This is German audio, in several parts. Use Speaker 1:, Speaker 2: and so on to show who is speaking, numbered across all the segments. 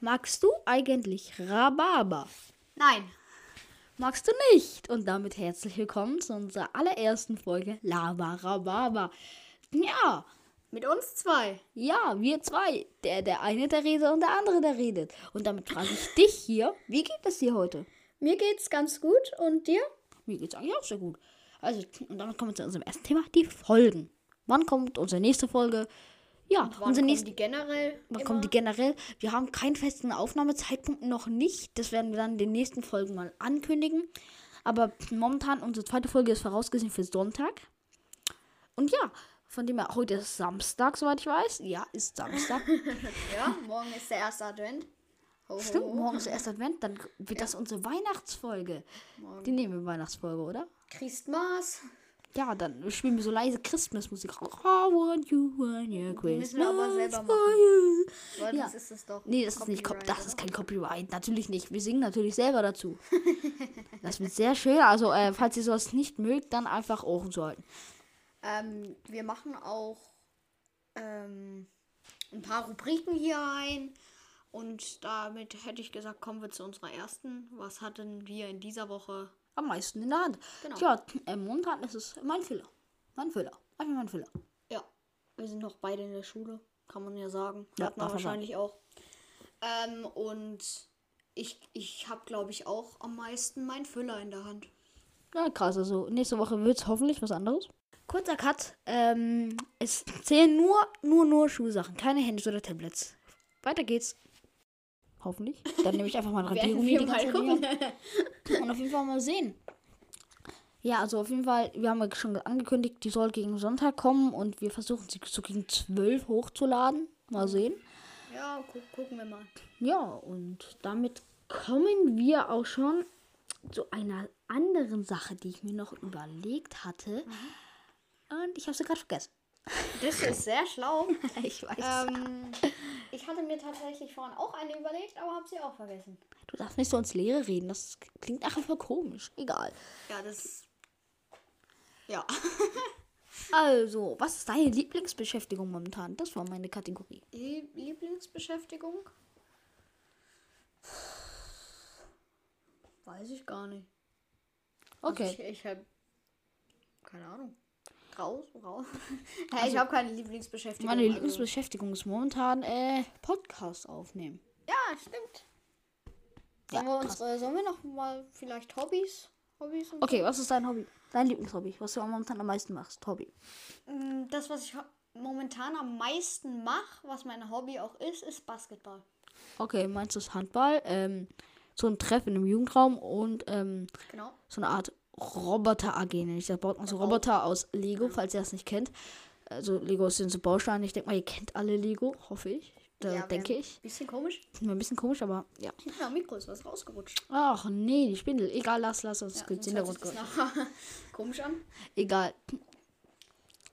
Speaker 1: Magst du eigentlich Rhabarber?
Speaker 2: Nein.
Speaker 1: Magst du nicht? Und damit herzlich willkommen zu unserer allerersten Folge Lava Rhabarber. Ja,
Speaker 2: Mit uns zwei.
Speaker 1: ja, wir zwei. Der, der eine, der redet und der andere, der redet. Und damit frage ich dich hier, wie geht es dir heute?
Speaker 2: Mir geht's ganz gut und dir?
Speaker 1: Mir geht's eigentlich auch sehr gut. Also, und damit kommen wir zu unserem ersten Thema, die Folgen. Wann kommt unsere nächste Folge? Ja,
Speaker 2: Wann
Speaker 1: unsere
Speaker 2: kommen
Speaker 1: nächste.
Speaker 2: die generell?
Speaker 1: Wann
Speaker 2: immer?
Speaker 1: kommen die generell? Wir haben keinen festen Aufnahmezeitpunkt noch nicht. Das werden wir dann in den nächsten Folgen mal ankündigen. Aber momentan, unsere zweite Folge ist vorausgesehen für Sonntag. Und ja, von dem her, heute ist Samstag, soweit ich weiß. Ja, ist Samstag.
Speaker 2: Ja, morgen ist der erste Advent. Ho, ho,
Speaker 1: Stimmt,
Speaker 2: ho.
Speaker 1: morgen ist erst Advent, dann wird das unsere Weihnachtsfolge. Die nehmen wir Weihnachtsfolge, oder?
Speaker 2: Christmas.
Speaker 1: Ja, dann spielen wir so leise Christmas-Musik. I want you on your Christmas.
Speaker 2: müssen wir aber selber machen.
Speaker 1: for you.
Speaker 2: Weil
Speaker 1: Ja.
Speaker 2: das ist es doch.
Speaker 1: Nee, das ist nicht Cop
Speaker 2: Copyright,
Speaker 1: das
Speaker 2: oder?
Speaker 1: ist kein Copyright. Natürlich nicht. Wir singen natürlich selber dazu. Das wird sehr schön. Also, äh, falls ihr sowas nicht mögt, dann einfach Ohren sollten.
Speaker 2: Ähm, wir machen auch ähm, ein paar Rubriken hier rein. Und damit hätte ich gesagt, kommen wir zu unserer ersten. Was hatten wir in dieser Woche?
Speaker 1: Am meisten in der Hand.
Speaker 2: Genau.
Speaker 1: Tja, äh, momentan ist es mein Fehler. Mein Fehler. Einfach mein Fehler.
Speaker 2: Ja, wir sind noch beide in der Schule, kann man ja sagen.
Speaker 1: Ja,
Speaker 2: Hat man
Speaker 1: darf man sagen.
Speaker 2: wahrscheinlich auch. Ähm, und ich, ich habe, glaube ich, auch am meisten meinen Füller in der Hand.
Speaker 1: Ja, krass. Also, nächste Woche wird es hoffentlich was anderes. Kurzer Cut. Ähm, es zählen nur, nur, nur Schulsachen. Keine Handys oder Tablets. Weiter geht's. Hoffentlich. Dann nehme ich einfach mal ein
Speaker 2: Werden
Speaker 1: Radiergummi.
Speaker 2: wir
Speaker 1: die ganze
Speaker 2: mal
Speaker 1: Zeit in die Hand.
Speaker 2: gucken.
Speaker 1: Und auf jeden Fall mal sehen. Ja, also auf jeden Fall, wir haben ja schon angekündigt, die soll gegen Sonntag kommen und wir versuchen sie so gegen 12 hochzuladen. Mal sehen.
Speaker 2: Ja, gu gucken wir mal.
Speaker 1: Ja, und damit kommen wir auch schon zu einer anderen Sache, die ich mir noch überlegt hatte. Und ich habe sie gerade vergessen.
Speaker 2: Das ist sehr schlau.
Speaker 1: Ich weiß.
Speaker 2: ähm, ich hatte mir tatsächlich vorhin auch eine überlegt, aber habe sie auch vergessen.
Speaker 1: Du darfst nicht so ins Leere reden, das klingt nachher voll komisch. Egal.
Speaker 2: Ja, das. Ja.
Speaker 1: Also, was ist deine Lieblingsbeschäftigung momentan? Das war meine Kategorie.
Speaker 2: Lie- Lieblingsbeschäftigung? Weiß ich gar nicht.
Speaker 1: Okay.
Speaker 2: Also ich ich habe keine Ahnung. Raus, raus. hey, ich habe keine Lieblingsbeschäftigung.
Speaker 1: Also Meine
Speaker 2: also-
Speaker 1: Lieblingsbeschäftigung ist momentan äh, Podcast aufnehmen.
Speaker 2: Ja, stimmt.
Speaker 1: Ja,
Speaker 2: Sollen, wir uns, äh, sollen wir noch mal vielleicht Hobbys? Hobbys und
Speaker 1: Okay, was ist dein Hobby? Dein Lieblishobby, was du momentan am meisten machst, Hobby.
Speaker 2: Mm, Das, was ich ho- momentan am meisten mache, was mein Hobby auch ist, ist Basketball.
Speaker 1: Okay, meinst du Handball, ähm, so ein Treffen im Jugendraum und ähm,
Speaker 2: Genau.
Speaker 1: so eine Art Roboter-AG. nenne ich. Da baut man so Roboter aus Lego, falls ihr das nicht kennt. Also Lego sind so Bausteine. Ich denke mal, ihr kennt alle Lego, hoffe ich. Da
Speaker 2: Ja,
Speaker 1: denke
Speaker 2: wär-
Speaker 1: ich.
Speaker 2: Bisschen komisch.
Speaker 1: Ist mir ein bisschen komisch, aber ja.
Speaker 2: Hinten am Mikro ist was rausgerutscht.
Speaker 1: Ach nee, die Spindel. Egal, lass, lass uns. Ja, gibt's in der
Speaker 2: Sonst hört
Speaker 1: Rundgruppe.
Speaker 2: sich das nach- komisch an.
Speaker 1: Egal.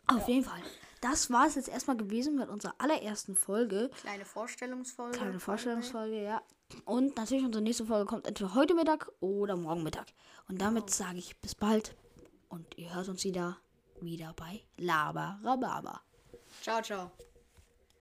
Speaker 1: Auf jeden Fall. Das war es jetzt erstmal gewesen mit unserer allerersten Folge.
Speaker 2: Kleine Vorstellungsfolge.
Speaker 1: Kleine Vorstellungsfolge, ja. Und natürlich unsere nächste Folge kommt entweder heute Mittag oder morgen Mittag. Und damit sage ich bis bald. Und ihr hört uns wieder, wieder bei Laber Rhabarber.
Speaker 2: Ciao, ciao.